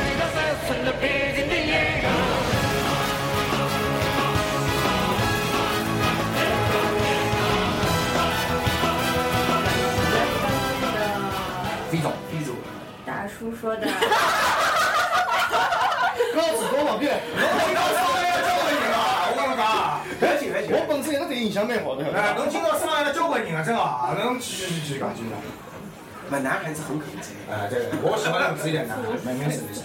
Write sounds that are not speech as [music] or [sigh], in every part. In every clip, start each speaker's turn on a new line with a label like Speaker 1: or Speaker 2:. Speaker 1: shots and the beers in the air.
Speaker 2: 飞走，
Speaker 3: 第一组，
Speaker 4: 大叔说的，
Speaker 5: 告诉咗話俾人，
Speaker 2: 我到三 A 咗個人啊！我咁講，
Speaker 3: 有一條有一條
Speaker 5: 我本身有一定影響咩我的。
Speaker 2: 誒，我知道三 A 咗個人啊，真啊，能去去去搞去的。
Speaker 3: 那男孩子很可爱。
Speaker 2: 啊，對，我喜歡那種直一點的，沒沒事沒事。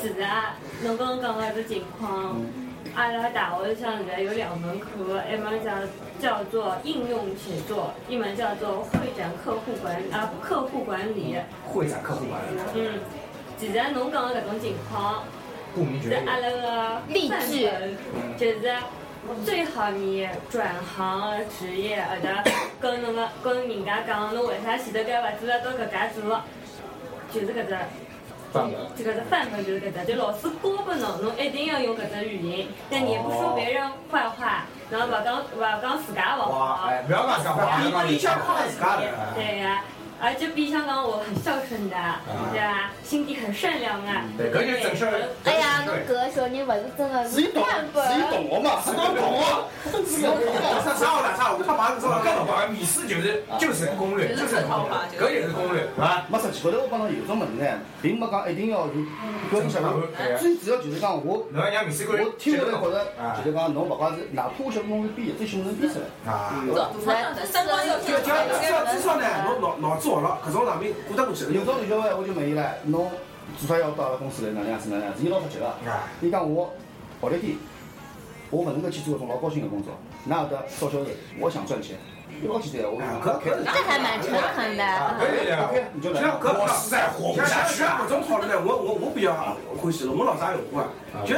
Speaker 4: 是的，侬刚刚讲的情况，阿拉大学上现在有两门课，一门叫叫做应用写作，一门叫做会展客户管啊客户管理。
Speaker 2: 會展客户管理，
Speaker 4: 嗯，其实侬讲的搿种情况，
Speaker 2: 顧名
Speaker 4: 是
Speaker 2: 決
Speaker 4: 阿
Speaker 2: 義。
Speaker 4: 拉个
Speaker 6: 励
Speaker 4: 范
Speaker 6: 志
Speaker 4: 本，就是最好你转行职业，或者跟侬个跟人家讲，侬为啥前头该勿做了到搿家做，就是搿只。
Speaker 2: 范本
Speaker 4: 这个是范本就是搿只，就老师教拨侬，侬一定要用搿只语言，但你也不说别人坏话，然后勿讲勿讲自家勿
Speaker 2: 哇，
Speaker 4: 好。
Speaker 2: 哎，不要講講話，
Speaker 4: 你
Speaker 2: 你
Speaker 4: 必须要
Speaker 2: 講
Speaker 4: 靠
Speaker 2: 講
Speaker 4: 自
Speaker 2: 自家
Speaker 4: 己
Speaker 2: 的。，
Speaker 4: 对呀、而且比香港我很孝顺的，
Speaker 2: 啊
Speaker 4: 对吧？心地很善良啊。
Speaker 2: 對，搿就是正事兒。
Speaker 6: 哎呀，侬搿个小人勿是真的
Speaker 5: 自己
Speaker 6: 是
Speaker 5: 懂，
Speaker 6: 范
Speaker 5: 自己
Speaker 6: 本，
Speaker 5: 懂我嘛，自己懂啊，自己懂啊。
Speaker 3: 上上我了，上我，他马上上
Speaker 2: 我
Speaker 3: 我
Speaker 2: 跟我讲，米四就是就是攻略，就是攻略，搿就是攻略，是吧？
Speaker 5: 没实际高头我帮侬有种问题，并没讲一定要有搿种想法。
Speaker 2: 嗯
Speaker 5: 最主要就是讲我，
Speaker 2: 侬要让米四
Speaker 5: 我听下来觉得
Speaker 2: 啊，
Speaker 5: 就是讲侬勿管是哪怕我晓得侬是毕业，最起码是毕业出来。
Speaker 2: 啊，
Speaker 6: 三观要
Speaker 3: 就讲至少至少呢，侬脑脑子好了，搿种场面过得过去了。
Speaker 5: 有种同学话，我就问伊唻，侬做啥要到阿拉公司来？哪能样子？哪能样子？伊老直接个。伊讲我学历低，我勿能够去做搿种老高薪的工作，哪有得做销售？我想赚钱，伊老简单，我
Speaker 3: 啊
Speaker 5: 想
Speaker 3: 搿
Speaker 5: OK，
Speaker 3: 搿
Speaker 6: 这还蛮诚恳的。
Speaker 2: 搿就是
Speaker 5: OK，你就来
Speaker 3: 像
Speaker 5: 吧。
Speaker 3: 搿
Speaker 2: 我实在活不下去
Speaker 3: 像
Speaker 2: 啊
Speaker 3: 搿！种讨论呢，我我我比较欢喜了，我老早有过啊，就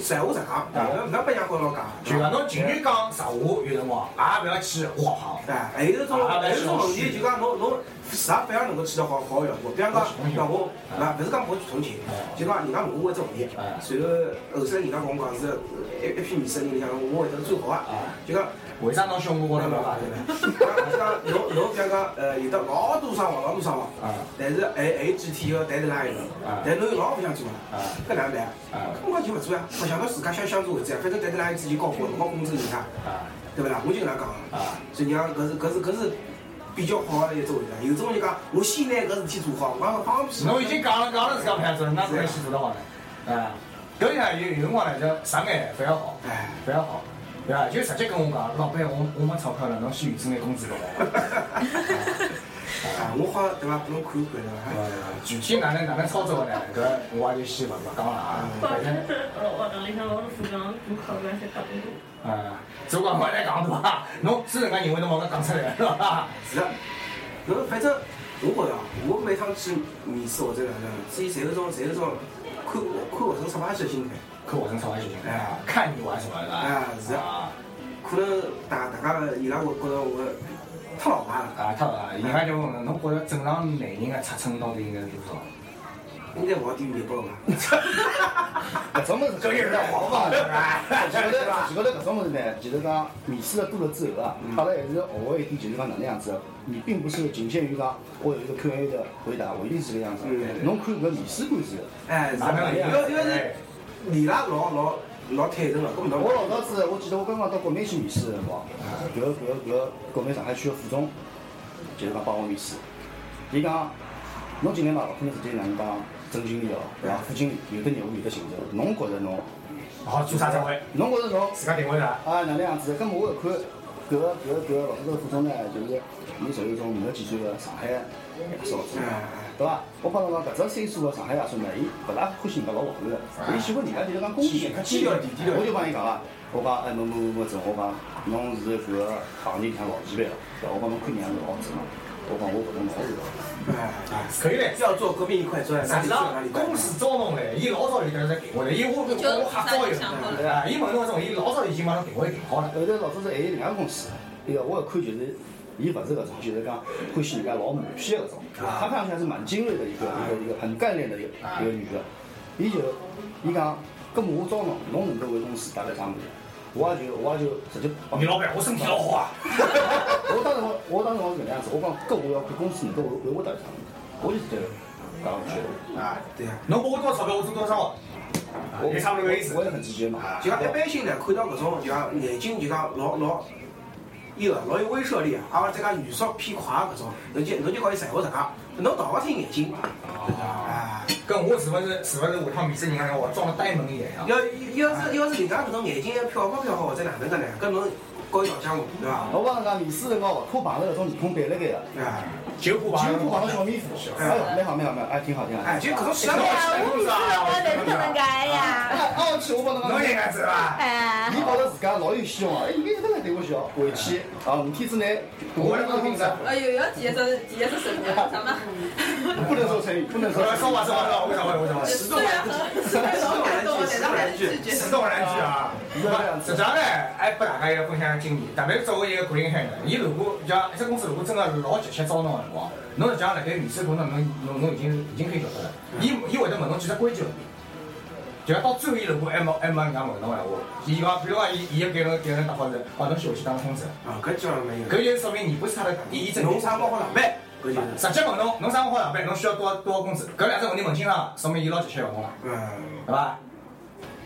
Speaker 3: 实话实讲，勿要不要跟老讲。
Speaker 2: 就讲侬情愿讲实话，有辰光也勿要去画行。
Speaker 3: 哎，还有一种，还有一种问题，就讲侬侬啥反而能够起到好好的效果。比方讲，那我啊，勿是讲我去同情，就讲人家问我一只问题，然后后生人家跟我讲是呃一一批面试人里向，我会得是最好啊。就讲，
Speaker 2: 为啥侬凶我？我
Speaker 3: 我来
Speaker 2: 来
Speaker 3: 办
Speaker 2: 办
Speaker 3: 法
Speaker 2: 法对
Speaker 3: 对伐？就讲侬侬比方讲，呃，有得老多生活，老多生活，
Speaker 2: 啊
Speaker 3: 但是哎还还有几天要谈得拉一个，但侬又老勿想做啊，搿哪能办啊？我就勿做呀，我想到自家想想做为止呀，反正谈得拉一次就交关，我工资人家。
Speaker 2: 啊
Speaker 3: 对不啦？我就跟他讲
Speaker 2: 啊
Speaker 3: 啊，所以人家搿是搿是搿是比较好的一种回答。有种人讲，我先拿搿事体做好，我讲放屁。
Speaker 2: 侬已经讲了讲了自家勿想做，那自家先做得好呢？啊，搿下有有辰光呢，就啥眼勿要好，
Speaker 3: 哎，
Speaker 2: 勿要好，对伐？就直接跟我讲，老板，我我没钞票了，侬先预支眼工资拨我。
Speaker 3: 啊，我好对伐？拨侬看一看对伐？
Speaker 2: 呃，具体哪能哪能操作呢？搿我也就先勿勿讲了啊。
Speaker 4: 或
Speaker 2: 反
Speaker 4: 者
Speaker 2: 正
Speaker 4: 是学堂里向老师讲，做考官是讲不
Speaker 2: 呃，主管我来讲对伐？ [laughs] 侬是人家认为侬冇搿讲出来是 [laughs] 伐？
Speaker 3: 是的。侬反正我觉着啊，我每趟去面试或者哪能，自己侪有种侪有种看看学生出牌子的心态。
Speaker 2: 看我能操玩什么？哎，看你玩什么是吧？
Speaker 3: 哎是
Speaker 2: 啊
Speaker 3: 可能大大家伊拉会觉着我太老派了，
Speaker 2: 啊，他勿，人家就问了，侬觉着正常男人的尺寸到底应该是多少？
Speaker 3: 应该勿好点面包伐？
Speaker 5: 搿种物事，
Speaker 2: 搿也是好 [laughs] 啊嘛
Speaker 5: 对
Speaker 2: 对
Speaker 5: 伐
Speaker 2: 伐？
Speaker 5: [laughs] 就是讲，就是讲搿种物事呢，就是讲面试了多了之后啊，阿拉还是要学会一点，就是讲哪能样子，啊你并不是仅限于讲我有一个 Q&A 的回答，我一定是这个样子啊
Speaker 3: 嗯。
Speaker 5: 侬看搿面试官是，
Speaker 3: 哎，是
Speaker 2: 哪
Speaker 3: 的，
Speaker 2: 能
Speaker 3: 因为因为是伊拉老老老坦诚了，搿么侬
Speaker 5: 我老早子我记得我刚刚到国内去面试的辰啊光，搿个搿个搿个国内上海区的副总，就是讲帮我面试，伊讲侬进来嘛，勿可能直接哪能讲总经理哦，对伐？副经理有的业务有的行政，侬觉着侬，
Speaker 2: 好，做啥职位？
Speaker 5: 侬觉着侬
Speaker 2: 自家定位啦。
Speaker 5: 啊，哪能样子？搿么我一看，搿个搿个搿个老师个副总呢，就是侬属于一种五十几岁个上海爷叔，对伐？我帮侬讲，搿只岁数个上海爷叔呢，伊勿大欢喜人家老活泼个，伊喜欢人家就是讲公平。我就帮伊讲啊，我讲哎某某某某总，我讲侬是搿个行业里向老前辈了，对伐？我讲侬看人家是老正了，我讲我搿种老是了。
Speaker 3: 哎。
Speaker 2: 可以嘞。
Speaker 3: 要做隔壁一块砖，
Speaker 2: 实
Speaker 3: 哪
Speaker 2: 际
Speaker 3: 里
Speaker 2: 上
Speaker 3: 哪里，
Speaker 2: 公司招侬嘞，伊老早就在定位了，伊我我瞎招有，对啊，伊问侬种，伊老早已经帮侬定位定好了。
Speaker 5: 后头老早子还有另外一个公司，伊个我一看就是，伊勿是搿种，就是讲欢喜人家老马屁个搿种。
Speaker 2: 啊
Speaker 5: 她看上去还是蛮精锐的一个一个一个很干练的一个一个女的。伊就伊讲，搿么我招侬，侬能够为公司带来啥物事？我也就我也就直接
Speaker 2: 哦
Speaker 5: 帮
Speaker 2: 你老板，我身体老好啊。
Speaker 5: 我当时我我当时我是搿能样子，我讲搿我要看公司能够为为我带来啥物事，我就直接讲下去。
Speaker 3: 啊，对呀。
Speaker 2: 侬拨我多少钞票，我做多少生活，啊也差不多搿意思啊
Speaker 5: 我。也很直接嘛。
Speaker 3: 就讲一般性呢，看到搿种就讲眼睛就讲老老有老有威慑力，啊，或者讲语速偏快搿啊种，侬就侬就搞伊说服自家，侬逃勿脱眼睛。啊，
Speaker 2: 搿我是勿是是勿是下趟面试人家讲我装了呆萌一点啊？
Speaker 3: 要要是要是人家搿种眼睛飘忽飘忽或者哪能个呢？搿侬搞伊老相共，对伐？
Speaker 5: 我帮侬讲，面试辰光勿怕碰着搿种面孔板辣盖个，
Speaker 3: 啊，
Speaker 2: 九把
Speaker 5: 就
Speaker 2: 八
Speaker 5: 怕碰到小面孔。哎呦，蛮好蛮好蛮好，哎，挺好挺好。
Speaker 3: 哎，就搿种小
Speaker 6: 对呀，我比老高能碰能干呀，
Speaker 5: 哎，我去，我帮侬
Speaker 2: 侬
Speaker 5: 讲。
Speaker 2: 应该知伐？
Speaker 6: 哎
Speaker 5: 你，觉着自家老有希望，哎，应该是搿能对我笑，回去啊，五天之内，
Speaker 2: 我来帮侬
Speaker 5: 上，
Speaker 7: 哎呦，要提一首，提一首什么？什么？ [laughs]
Speaker 5: 不能说成语，不能说
Speaker 2: 说说话说话说话，我想问我想问，
Speaker 3: 自动
Speaker 7: 虽然很，虽然很感动，但是还是拒绝。
Speaker 2: 自动然句啊。实际上呢，还拨大家一个分享经验，特别是作为一个个人海呢，伊如果就像一只公司如果真个老急切招侬个辰光，侬实际上辣盖面试过程侬侬侬已经已经可以晓得了，伊伊会得问侬几只关键问题。就讲到最后，伊如果还没还没人家问侬闲话，伊讲，比如讲，伊伊给侬给侬答复是，哦，侬喜欢去当空姐，
Speaker 3: 啊，搿基本上没有。
Speaker 2: 搿就说明你不是他的第一阵
Speaker 3: 侬啥光好上班，搿就是。
Speaker 2: 直接问侬，侬啥辰光上班？侬需要多少多少工资？搿两只问题问清爽，说明伊老急切要侬了，
Speaker 3: 嗯，
Speaker 2: 对伐？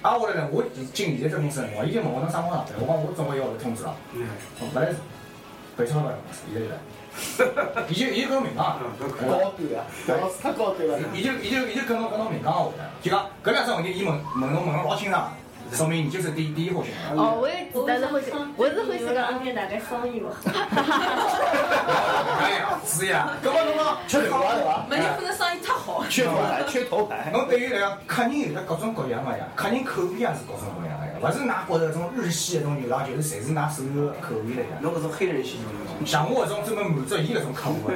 Speaker 2: 啊，我来呢，我进现在这公司辰光，伊就问我侬啥辰光上班？我讲我总归要有通知了，
Speaker 3: 嗯，
Speaker 2: 我本来是北上班公司，现在就来，伊就伊就跟侬明讲，
Speaker 5: 高端啊，讲到太高端了。
Speaker 2: 伊就伊就伊就跟侬跟侬明讲话的，就讲搿两只问题，伊问问侬问侬老清爽，说明你就是第第一候选人。
Speaker 6: 哦，我也记得是欢喜，我是欢喜
Speaker 4: 当
Speaker 6: 讲，
Speaker 4: 面大概双语吧。
Speaker 7: [laughs]
Speaker 2: 哎呀，是呀，搿么侬讲哎
Speaker 5: 缺头发对伐？
Speaker 7: 没，你不能生意太好。
Speaker 5: 缺头牌，缺头牌。
Speaker 2: 侬对于来讲，客人有的各种各样个呀，客人口味也是各种各样个呀，勿是㑚觉着种日系搿种牛郎，就是侪是㑚所有口味了呀。
Speaker 3: 侬搿种黑人系
Speaker 2: 像我搿种专门满足伊搿种客户个，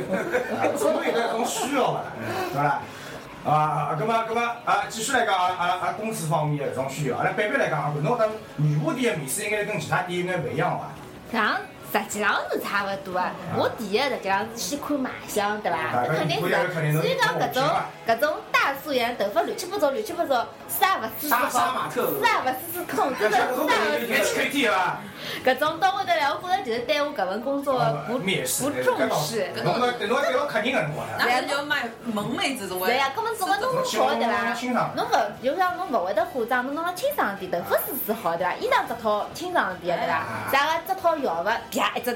Speaker 2: 总归有搿种需要个，对伐啦？啊，葛么葛么啊，继续来讲啊啊啊，公司方面的搿种需求，阿拉板板来讲，啊侬当女巫店的面试应该跟其他店有眼勿一样伐？
Speaker 6: 上实际上是差勿多啊。我第一实际上是先看卖相，对伐？搿肯定是的，所以讲搿种搿种大素颜，头发乱七八糟，乱七八糟，啥勿舒
Speaker 3: 杀杀
Speaker 6: 服，
Speaker 3: 马特，
Speaker 6: 啥勿舒服，控，真的啥勿舒服。
Speaker 2: H K 伐？
Speaker 6: 搿种到我得来，我觉着就是对我搿份工作不不
Speaker 2: 呃面试，
Speaker 6: 重啊视。哎
Speaker 2: 侬搿侬对牢客人搿辰光呢？
Speaker 7: 那是要卖萌妹子种
Speaker 6: 对呀，根本总归弄弄好对伐？侬勿就像侬勿会得化妆，侬弄了清爽点，头发梳梳好对伐？衣裳只套清爽点对伐？啥个只套校服，啪一只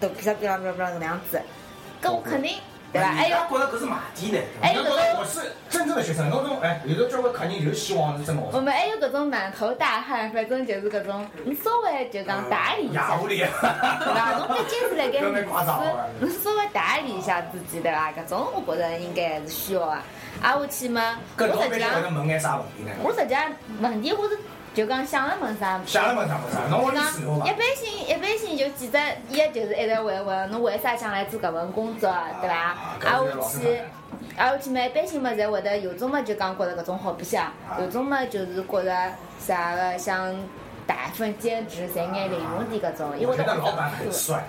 Speaker 6: 头皮上飘飘飘搿样子，搿我肯定对伐？哎还有
Speaker 3: 觉着搿是卖点呢。
Speaker 6: 还
Speaker 2: 侬
Speaker 6: 有
Speaker 2: 觉
Speaker 6: 搿
Speaker 2: 着
Speaker 6: 种
Speaker 2: 我是真正的学生，侬种哎，有的交关客人有希望是真
Speaker 6: 我
Speaker 2: 的。
Speaker 6: 们还有搿种满头大汗，反正就是搿种，你稍微就讲打理一
Speaker 2: 雅
Speaker 6: 下
Speaker 2: 狐。狸，
Speaker 6: 对伐？侬毕竟是辣盖面试，侬稍微打理一下自己，对伐？搿种我觉着应该是需要个。挨下去嘛，我
Speaker 2: 搿侬
Speaker 6: 实
Speaker 2: 每
Speaker 6: 际
Speaker 2: 天会
Speaker 6: 上
Speaker 2: 得问眼啥问题呢？
Speaker 6: 我实际上问题我是就讲想了问啥，
Speaker 2: 想了问啥问啥，侬屋里
Speaker 6: 讲
Speaker 2: 自由伐
Speaker 6: 一？般性一般性就几只，伊个就是一直会问侬为啥想来做搿份工作，对伐？
Speaker 2: 啊
Speaker 6: 挨下去。挨下去嘛，一般性嘛，侪会得有种嘛就讲觉着搿种好白相，
Speaker 2: 啊
Speaker 6: 有种嘛就是觉着啥个想打一份兼职赚眼零用钿搿种，因
Speaker 2: 我
Speaker 6: 为
Speaker 2: 觉得
Speaker 6: 搿
Speaker 2: 老板很帅，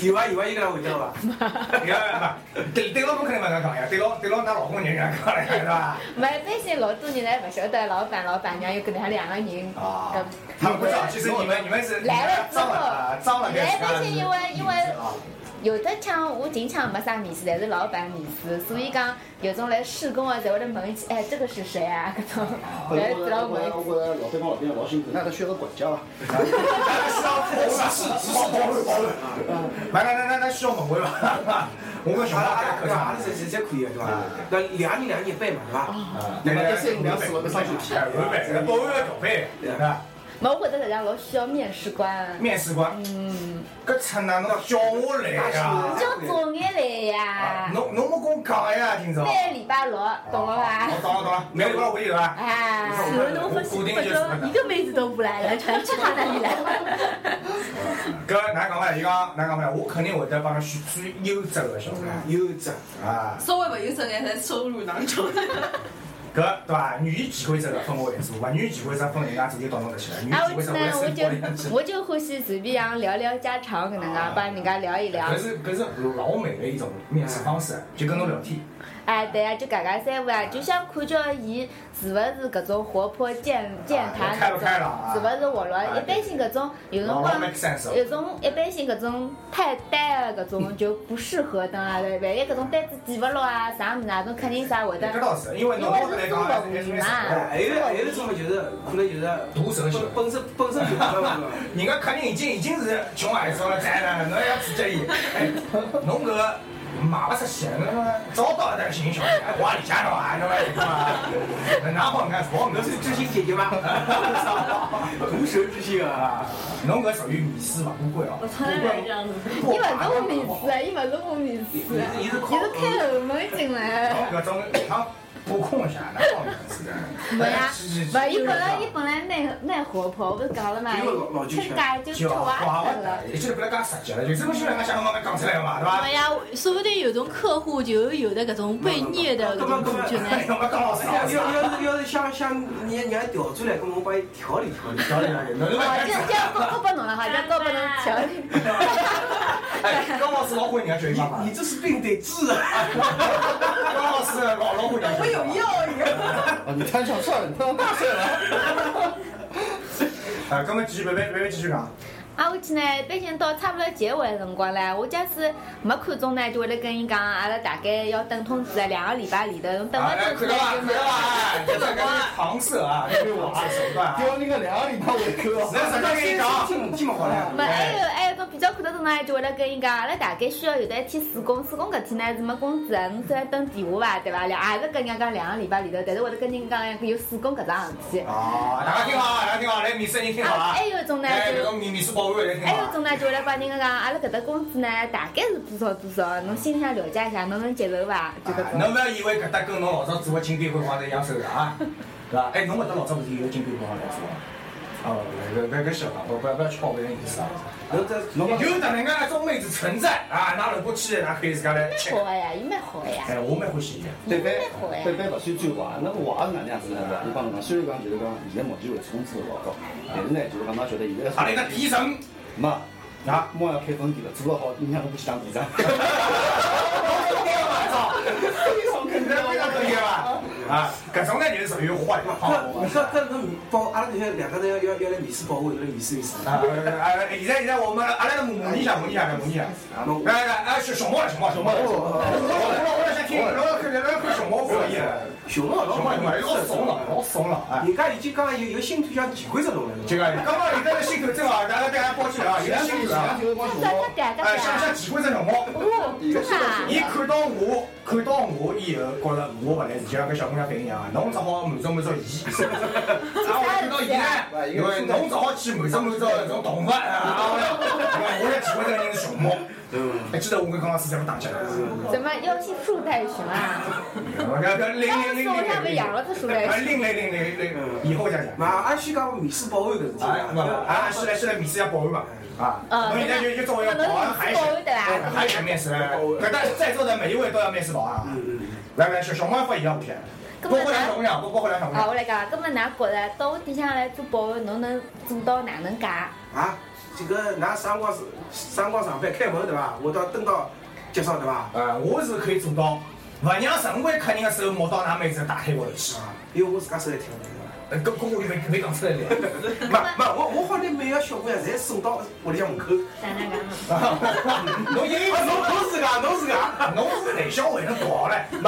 Speaker 3: 有啊有啊，伊个回答伐？
Speaker 2: [laughs] 你看啊嘛，对对老公肯定勿能讲呀，对老对老㑚老公人家讲了是伐？
Speaker 6: 没般性老多人侪勿晓得老板老板娘有搿能样两个人，
Speaker 2: 啊
Speaker 6: 搿，
Speaker 2: [laughs] 他们不知道，其实你们你们是脏了脏了，
Speaker 6: 来般性因为因为
Speaker 2: 啊
Speaker 6: [laughs] 有的腔我进腔没啥面试，但是老板面试，所以讲有种来试工的侪会得问一句，哎，这个是谁啊？搿种 [laughs]
Speaker 5: 我
Speaker 6: 来
Speaker 5: 我
Speaker 6: 知道问一
Speaker 5: 我
Speaker 6: 句。
Speaker 5: 我老板帮老板老辛苦，那得选个管家伐？
Speaker 2: 啊是要是是是
Speaker 6: 嗯
Speaker 2: 来来来来来，需要问我伐？我们
Speaker 3: 阿
Speaker 2: 想
Speaker 3: 拉
Speaker 2: 到
Speaker 3: 阿拉
Speaker 2: 阿
Speaker 3: 搿
Speaker 2: 克
Speaker 3: 个
Speaker 2: 啥
Speaker 3: 阿拉？侪侪可以个对伐？那两年两年一班嘛
Speaker 2: 那
Speaker 3: 对伐？
Speaker 5: 老板
Speaker 2: 那保安要调配，对吧？
Speaker 6: 没，我觉得实际上老需要面试官，
Speaker 2: 啊面试官，
Speaker 6: 嗯，
Speaker 2: 搿出哪能叫我来呀？
Speaker 6: 叫早眼来
Speaker 2: 啊
Speaker 6: 呀，，
Speaker 2: 侬侬没跟我讲呀，今朝。
Speaker 6: 每个礼拜六，懂了吧？
Speaker 2: 我懂了懂了，每个礼拜回去是吧？
Speaker 6: 哎，
Speaker 2: 我
Speaker 4: 我
Speaker 2: 我固定就是
Speaker 4: 一个妹子都不来了，全去他那里来了。
Speaker 2: 搿哪讲法？伊讲哪讲法？我肯定会得帮侬选最优质个小
Speaker 6: 嗯
Speaker 2: 孩
Speaker 3: 优质，
Speaker 2: 啊，
Speaker 7: 稍微不优秀眼才收入囊中。
Speaker 2: 搿对伐？愿意潜规则个分我来做，勿愿意潜规则分人家自己到侬得去了。愿意
Speaker 6: 啊，我
Speaker 2: 潜规
Speaker 6: 呢
Speaker 2: 则我来，
Speaker 6: 我
Speaker 2: 申报里向去啊
Speaker 6: 就。我就欢喜随便样聊聊家常，啊搿能介帮人家聊一聊。
Speaker 2: 搿是搿是老美的一种面试方式，就跟侬聊天。
Speaker 6: 哎，对啊，就搿介三位啊，就想看叫伊是勿是搿种活泼健健谈
Speaker 2: 开
Speaker 6: 搿
Speaker 2: 不
Speaker 6: 种
Speaker 2: 开朗啊，
Speaker 6: 是勿是活络？
Speaker 2: 啊
Speaker 6: 一般性搿种有辰
Speaker 2: 老
Speaker 6: 光
Speaker 2: make sense 哦，
Speaker 6: 有种一般性搿种太单的搿种就不适合等啊，万一搿种单子记勿牢啊，啥物事啊，侬肯定啥会得
Speaker 2: 搿倒是，因为侬觉得来讲还是还是
Speaker 3: 哎还有还有一种嘛，就是可能就是
Speaker 2: 毒蛇行为
Speaker 3: 本身本身就
Speaker 2: 人家肯定已经已经是穷矮子了，灾 [laughs] 难了，侬还要刺激伊，哎，侬搿个卖勿出去，侬他妈早到那个行小姐，我里向侬啊，侬 [laughs] 嘛，哪好干好
Speaker 3: 搿
Speaker 2: 搿
Speaker 3: 是
Speaker 2: [laughs] 是
Speaker 3: 知心姐姐吗？毒蛇之心啊！
Speaker 2: 啊，侬搿属于迷失嘛，不贵哦，
Speaker 4: 我从来没有这样子。
Speaker 6: 伊勿是我面试啊，伊勿是我面
Speaker 3: 你
Speaker 6: 试啊，
Speaker 3: 你是
Speaker 6: 伊
Speaker 3: 靠
Speaker 6: 是开后门进来的。
Speaker 2: 侬搿种他不控一下，哪好意思的？哎
Speaker 6: 没
Speaker 4: 啊
Speaker 6: 呀，勿，伊本来伊本来蛮蛮活泼，我不是讲了嘛，出界就
Speaker 2: 就
Speaker 6: 出
Speaker 4: 啊
Speaker 2: 话
Speaker 6: 歪
Speaker 2: 勿
Speaker 6: 脱了。
Speaker 2: 也就是不来讲实际了，就是么人家想慢慢讲出来嘛，对伐？
Speaker 4: 啊
Speaker 8: 对呀，说不定有种客户就有的搿种被虐的搿种感觉
Speaker 2: [laughs]
Speaker 8: 呢。
Speaker 2: 要么讲老实
Speaker 3: 要要要是要是想想你让调出来，跟我帮伊调理调理。
Speaker 2: 道理道理，侬
Speaker 6: 好，这这样高高拨侬了哈，这样高拨侬 [laughs] 调理。
Speaker 2: 哎，高老师老会人家叫伊妈妈
Speaker 3: 你，这是病得治啊！
Speaker 2: 高老师老老会人家叫伊妈
Speaker 7: 我有
Speaker 2: 妈。
Speaker 7: 药有。
Speaker 5: 啊，你摊上事儿，你摊上大事儿了。
Speaker 2: 啊，咁么继续，慢慢慢慢继续讲。
Speaker 6: 啊，我去呢，一般性到差不多结尾的辰光嘞，我假使没看中呢，就会来跟伊讲，阿拉大概要等通知了，两个礼拜里头，侬等
Speaker 2: 啊，
Speaker 6: 勿
Speaker 2: 哎
Speaker 6: 等
Speaker 2: 看
Speaker 6: 出
Speaker 2: 到
Speaker 6: 来
Speaker 2: 伐？
Speaker 6: 就
Speaker 2: 看
Speaker 6: 没
Speaker 2: 到伐？这个搪塞啊，这个我手段啊。
Speaker 5: 屌你个两个礼拜胃口啊！
Speaker 2: 那啥叫跟你讲？
Speaker 3: 听听好了。
Speaker 6: 没，
Speaker 2: 哎
Speaker 6: 还有还有种比较看得懂呢，就会来跟伊讲，阿拉大概需要有得一天试工，试工搿天呢是没工资的，侬再来等电话伐，对伐？两也是跟人家讲两个礼拜里头，但是会得跟人家讲有试工搿桩事体。
Speaker 2: 啊，大家听好啊，大家听好，来面试人听好
Speaker 6: 啊，
Speaker 2: 啊。
Speaker 6: 还有一种呢
Speaker 2: 哎，
Speaker 6: 就
Speaker 2: 这个。面面试保安来听
Speaker 6: 还有
Speaker 2: 好啊
Speaker 6: 种。呢，就会来帮人家讲，阿拉搿搭工资呢，大概是多少多少，侬心里向了解一下，侬能接受伐？就搿种。
Speaker 2: 哎侬勿要以为搿搭跟侬老早做的金龟会花的一样收入啊， [laughs] 对伐？哎，侬搿搭老早勿是有金龟会花的做伐？哦，搿搿搿小讲，不不要不要去跑别人意思啊！
Speaker 3: 侬这
Speaker 5: 侬
Speaker 2: 有搿能介一种妹子存在啊，㑚如果去，㑚可以自家来吃
Speaker 6: 蛮。好的呀，伊蛮好的呀，
Speaker 2: 哎，我蛮欢喜伊的。
Speaker 6: 伊
Speaker 5: 对
Speaker 6: 蛮
Speaker 5: 对
Speaker 6: 好的
Speaker 5: 对
Speaker 6: 呀。
Speaker 5: 对，勿算最坏，那坏是哪能样子呢？你帮侬讲，虽然讲就是讲现在目前为止工资老高，但是呢就是讲，㑚觉得现在
Speaker 2: 阿拉一个提成，
Speaker 5: 嘛，
Speaker 2: 啊
Speaker 5: 那猫要开分店了，做得好，你让侬不去当店 [laughs] 长？
Speaker 2: [laughs] 啊，搿种呢就是属于坏的，好
Speaker 3: 搿搿搿侬包阿拉这些两个人要要要来面试保护，要来面试面试。
Speaker 2: 啊，现在现在我们阿拉模拟一下，模拟一下，模拟一下。来来来，熊猫了，熊猫，熊猫了。我我我先听，我要看，我要看熊猫可以。
Speaker 3: 熊猫
Speaker 2: 熊
Speaker 3: 老
Speaker 2: 猫，
Speaker 3: 板
Speaker 2: 熊猫，老哎怂了，老怂了，哎。
Speaker 3: 人家已经讲有有新推向潜规则侬了。
Speaker 2: 这个，刚刚现在的心头正好，大家大家包起来啊，现在心头啊，
Speaker 5: 就是
Speaker 6: 啥
Speaker 5: 光熊
Speaker 6: 啥
Speaker 5: 猫，
Speaker 6: 嗲
Speaker 2: 哎，像
Speaker 6: 嗲
Speaker 2: 像几块只熊猫。 [laughs]
Speaker 6: 哦，真的啊
Speaker 2: 伊看到我，看到我以后，觉着我勿来事，就像搿小姑娘反应一样啊，侬只好满足满足伊。啊，我看到伊呢，因为侬只好去满足满足搿种动物啊。我来体会这个人是熊猫。还记得我跟康老师怎么打起来的？
Speaker 6: 怎么要信树袋熊
Speaker 2: [laughs]
Speaker 6: 啊？
Speaker 2: 我讲拎
Speaker 6: 当
Speaker 2: 拎
Speaker 6: 时
Speaker 2: 拎
Speaker 6: 我
Speaker 2: 拎
Speaker 6: 下面养了只树袋
Speaker 2: 啊，
Speaker 6: 熊。
Speaker 2: 拎拎拎拎拎，以后再讲。
Speaker 3: 嘛，啊阿先讲面试保护搿事体。
Speaker 2: 啊，不，啊，是来是来面试一下保安嘛，啊，
Speaker 6: 呃
Speaker 2: 侬现在就就作为保安还是
Speaker 6: 啊
Speaker 2: 还是面试来来，搿但在座的每一位都要面试保安啊。来来，小小猫发一样不行，包括两小姑娘，包括两小姑
Speaker 6: 啊，
Speaker 2: 娘。
Speaker 6: 我来讲，葛么㑚觉着到我底下来做保安，侬能做到哪能介？
Speaker 3: 啊，这个㑚三光三光上班开门对伐？我到等到结束对伐？
Speaker 2: 啊，我是可以做到，勿让任何客人的手摸到㑚妹子的大腿高头去。
Speaker 3: 啊，因为我自家手来听的。
Speaker 2: 搿搿我没没讲出来嘞。
Speaker 3: 没没，我我好像每个小姑娘侪送到屋里向门口。
Speaker 4: 哪能讲呢？
Speaker 2: 啊侬一
Speaker 3: 啊，侬侬自家，侬自
Speaker 2: [laughs]
Speaker 3: 家。
Speaker 2: 侬是内销会能啊搞嘞，勿，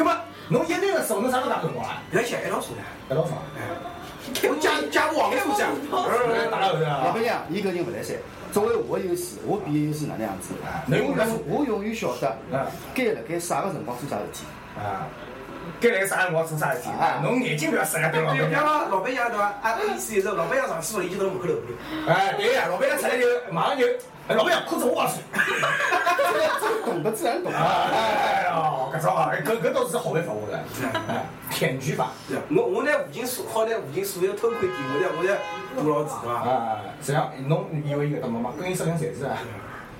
Speaker 2: 搿么侬一对的手侬啥都打得光啊？
Speaker 3: 不要想哎一老鼠了，
Speaker 2: 搿老爽，
Speaker 3: 我加加个王副讲，
Speaker 2: 打到后头
Speaker 5: 老
Speaker 2: 啊
Speaker 5: 板。娘，伊搿人勿来三。作为我的优势，我比伊优势哪能样子？
Speaker 2: 侬
Speaker 5: 我能，我永远晓得
Speaker 2: 嗯
Speaker 5: 该辣盖啥个辰光做啥事
Speaker 2: [laughs]
Speaker 5: 体。
Speaker 2: 啊，该来啥辰光做啥事体
Speaker 5: 啊
Speaker 2: 侬眼睛不要死啊，对老
Speaker 3: 比
Speaker 2: 板
Speaker 3: 方
Speaker 2: 娘。
Speaker 3: 讲老板娘对伐？啊，意思就是老板娘上厕所，伊就到门口头。
Speaker 2: 哎，对呀，老板娘出来就马上就，哎老板娘裤子我帮穿。
Speaker 5: 懂得自然懂。
Speaker 2: 哎哎哎哦，搿种啊，搿搿倒是好办法，我的， [laughs] 哎，舔菊法，
Speaker 3: 是，我我呢无尽所好呢无尽所有偷窥点，我呢我呢杜老子对伐？
Speaker 2: 啊，这样侬以为伊搿搭么嘛？跟伊说两侪是啊。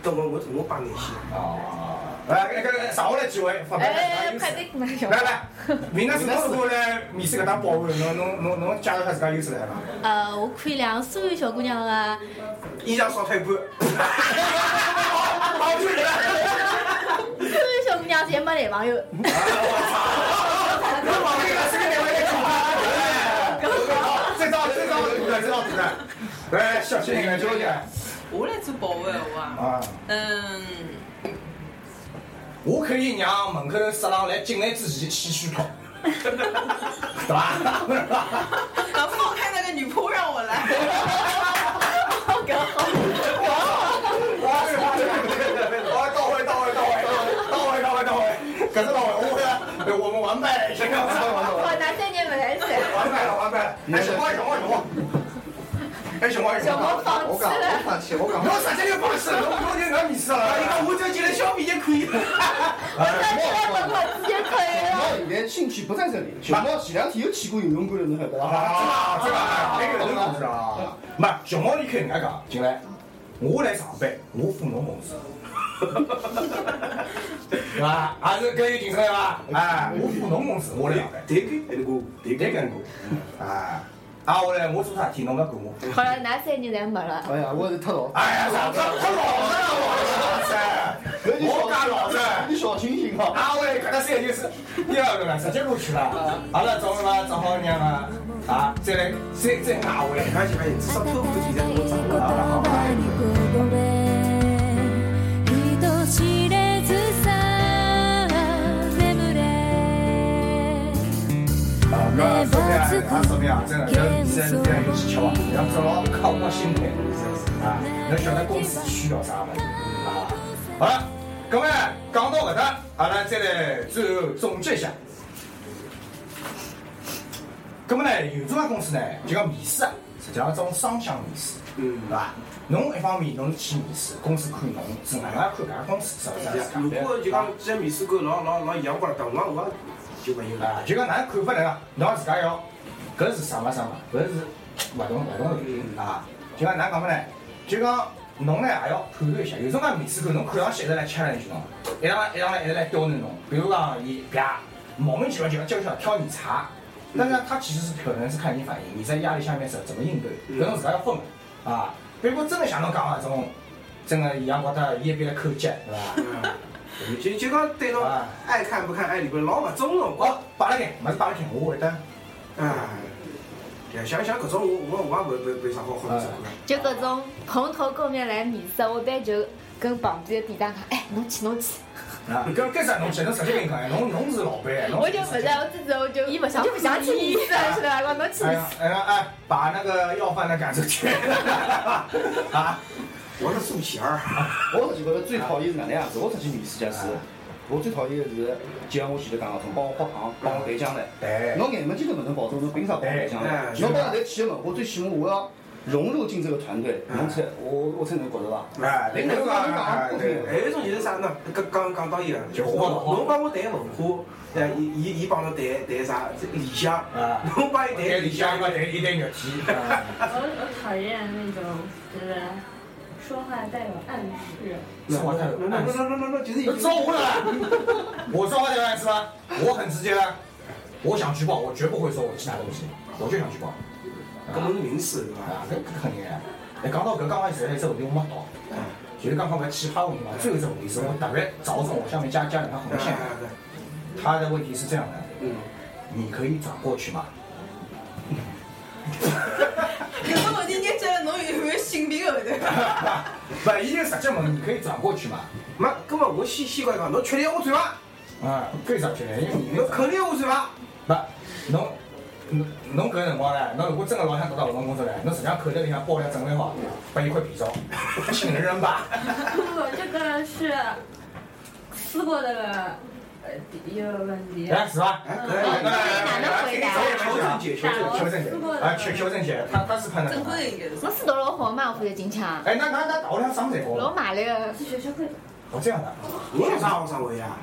Speaker 3: 等我我我帮你去。
Speaker 2: 哦，来，搿搿上下来几位，发表
Speaker 6: 哎，
Speaker 2: 一下
Speaker 6: 快
Speaker 2: 自家优势。
Speaker 6: 点嘛，小
Speaker 2: 来来，明天是如果来面试搿搭保安，侬侬侬侬介绍一下自家优势来伐？
Speaker 8: 呃，我可以让所有小姑娘啊，
Speaker 2: [laughs]
Speaker 3: 衣裳少脱一半，
Speaker 2: 好，就来了。
Speaker 6: 所有小姑娘侪没男朋友，
Speaker 2: 那往那个这个两位来讲吧，对，哎这招这招土的，这招土的，来小心点，小心点
Speaker 7: 我来做保护闲话啊。
Speaker 2: 啊！
Speaker 7: 嗯，
Speaker 2: 我可以让门口的色狼来进来之前先虚脱，对吧？
Speaker 7: 然后放开那个女仆让我来。
Speaker 2: 哇，到位到位到位到位到位到位，搿是到位，我们我们完败了，现在完败了，
Speaker 6: 好，哪三年没来塞，
Speaker 2: 完败了，完败了，哎，小王小王小王，哎小王小
Speaker 6: 小
Speaker 2: 王，
Speaker 6: 猫放
Speaker 5: 我
Speaker 6: 弃
Speaker 5: 讲我
Speaker 6: 了。
Speaker 5: 放弃，我讲
Speaker 2: 我直接就放弃了，我我就搿面试了，
Speaker 3: 我就进来消费就可以
Speaker 6: [laughs]
Speaker 3: 了。
Speaker 6: 我在这门口直接可以
Speaker 2: 啊
Speaker 6: 了。
Speaker 5: 小猫现在兴趣不在这里，小猫前两天又去过游泳馆了，侬晓得伐？
Speaker 2: 啊，这个哎，搿个故事啊，没小猫你看人家讲进来，我来上班，我付侬工资。对伐？还是啊搿有竞争对伐？哎，我付侬工资，我来上班。
Speaker 3: 对个，那个，对
Speaker 2: 迭个过，啊，啊，我来，我做啥事体侬勿要管我。
Speaker 6: 好了，哪三年侪没了。
Speaker 5: 哎呀，我是太老，
Speaker 2: 哎呀，老子他老子了，我操！我讲老子，
Speaker 5: 你小清新啊！
Speaker 2: 啊，我来搿搭三就是第二个了，直接录取了。好了，中了嘛，找好娘啊，啊，再来，再再拿回来。
Speaker 3: 而且哎，至少托付现在我掌握了。
Speaker 2: 好吧。
Speaker 9: 人知れずさ眠れ
Speaker 2: 啊，那怎么样？啊，怎么样？真的，要现在这样有技巧啊，要做牢靠我心态啊，要晓得公司需要啥物事啊。好了，各位讲到搿搭，阿拉再来最后总结一下。葛末呢，有种介公司呢，就讲面试啊，实际上是种双向面试，
Speaker 3: 嗯
Speaker 2: 对伐？侬一方面侬是去面试，公司看侬，是外加看搿家公司是勿是
Speaker 3: 如果就讲既然面试官老老老阳光，当光我就没有
Speaker 2: 啊
Speaker 3: 了，。
Speaker 2: 就讲哪看不来啊，侬自家要，搿是啥么啥么，搿是勿同勿同的啊。就讲哪讲么呢？就讲侬呢也要判断一下，有种介面试官侬看上去一直来 challenge 侬，一上一上来一直来刁难侬。比如讲伊啪莫名其妙就要就想挑你茬，但是呢他其实是可能是看你反应，你在压力下面是怎么应对，搿侬自家要分的啊。别果真的像侬讲的这种，真的伊也觉得伊也别来扣脚，对伐？
Speaker 3: 就就讲对侬爱看不看爱理不理，老勿中 [laughs] 容。
Speaker 2: 哦，摆辣盖，勿是摆辣盖，我会得。
Speaker 3: 啊，对啊，像像搿种我我我也没没没啥好好面试官。
Speaker 6: 就搿种蓬头垢面来面试，我一般就跟旁边的店长讲，哎，侬去侬去，
Speaker 2: 啊，搿搿啥侬去？侬直接跟伊讲，侬侬是老板，侬
Speaker 6: 我就不在，我自己我就
Speaker 8: 伊不想
Speaker 6: 我就不想去面试， [laughs] 是吧？讲侬去
Speaker 2: 哎
Speaker 6: 面
Speaker 2: 呀
Speaker 6: 试，
Speaker 2: 哎呀哎，把那个要饭的赶出去啊！
Speaker 3: 我是苏乞儿，
Speaker 5: 我实际觉得最讨厌是哪能样子？我出去面试假是，我最讨厌的是，就像我前头讲的，种帮我喝汤，帮我抬酱来。
Speaker 2: 对，哎
Speaker 5: 侬眼门睛都不能保证，侬凭啥帮我抬酱来？侬帮我抬企业文化，最起码我要融入进这个团队，侬才我我才能觉得吧？
Speaker 2: 哎，领导讲哎对，
Speaker 3: 还有一种就是啥呢？刚刚讲到伊了，侬帮我谈文化，哎，伊伊伊帮侬谈谈啥理想，侬帮伊
Speaker 2: 对
Speaker 3: 谈
Speaker 2: 里
Speaker 3: 理
Speaker 2: 向
Speaker 3: 想，
Speaker 2: 个对一对肉体，
Speaker 4: 我我讨厌那种就是说话带有暗示，
Speaker 2: 是我太
Speaker 3: 那那那那那那就是
Speaker 2: 你招我了啦，我招他来是吧？我很直接啊，我想举报，我绝不会说我去拿东西，我就想举报。
Speaker 3: 搿侬是明示对伐？
Speaker 2: 啊，搿搿肯定啊！哎，讲到搿刚刚现在只问题我没到，就是刚刚搿奇葩问题嘛，最后一只问题是我特别着重我下面加加两条
Speaker 3: 哎
Speaker 2: 横线。他的问题是这样的，
Speaker 3: 嗯，
Speaker 2: 你可以转过去吗？
Speaker 7: 搿个问题捏出来，侬有没有性病后头？
Speaker 2: 不，伊就直接问你可以转过去吗？
Speaker 3: 没，搿么我先先讲讲，侬确定我转伐？
Speaker 2: 啊，搿啥确定？因为你
Speaker 3: 侬肯定我转伐？
Speaker 2: 不，侬侬侬搿辰光呢，侬如果真的老想得到搿份工作呢，侬实际上口袋里向包两整理好，把一块皮照，请人吧。
Speaker 4: 我这个是思过的呃一个问题。
Speaker 2: 哎，是吧？
Speaker 3: 哎，搿
Speaker 2: 来来
Speaker 6: 哪
Speaker 2: 来
Speaker 6: 能
Speaker 2: 来
Speaker 6: 回
Speaker 2: 来
Speaker 6: 答
Speaker 2: 来
Speaker 3: 求证解，求
Speaker 4: 打
Speaker 3: 证
Speaker 4: 我
Speaker 3: 解。
Speaker 2: 求证
Speaker 4: 思过
Speaker 2: 姐，
Speaker 4: 的
Speaker 2: 啊，求求证姐，他他是判断
Speaker 7: 正
Speaker 2: 的。
Speaker 7: 规应该是。
Speaker 6: 侬是到老好嘛，我就进去啊，
Speaker 2: 哎，那那那大学里向上侪高
Speaker 6: 老
Speaker 2: 了，
Speaker 6: 麻利个，
Speaker 4: 是学生会
Speaker 2: 哦这样的，
Speaker 3: 我有啥学生会啊？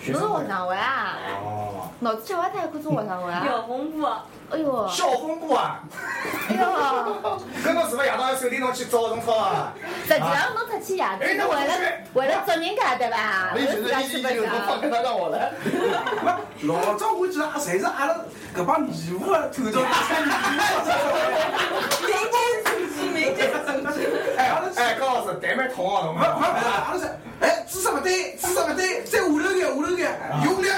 Speaker 2: 学
Speaker 6: 侬是
Speaker 2: 生会
Speaker 6: 学生会啊？
Speaker 2: 哦，
Speaker 6: 脑子吃坏脱还可以做学生会啊？
Speaker 4: 有红布，
Speaker 6: 哎哟，
Speaker 2: 校风部啊，
Speaker 6: 哎哟，
Speaker 2: 搿侬是勿是夜到手里侬去招辰光啊？
Speaker 6: 实际上侬出去呀，就是为了为了捉人家对伐？
Speaker 2: 哎
Speaker 5: 你
Speaker 6: 为了自
Speaker 5: 现在
Speaker 6: 家
Speaker 5: 一
Speaker 6: 吃
Speaker 5: 一
Speaker 6: 不
Speaker 5: 流
Speaker 2: 啊
Speaker 5: 都放
Speaker 6: 着。
Speaker 5: 给他让我来。
Speaker 3: 没，老早我记得侪是阿拉搿帮义务的团长大家义务。
Speaker 7: 民间组织，民间组织。
Speaker 2: 哎哎，高老师，是谈蛮痛啊，懂
Speaker 3: 没没
Speaker 2: 吗？
Speaker 3: 没，阿拉是，哎，姿势不对，姿势不对，再下头眼，下头眼，用力。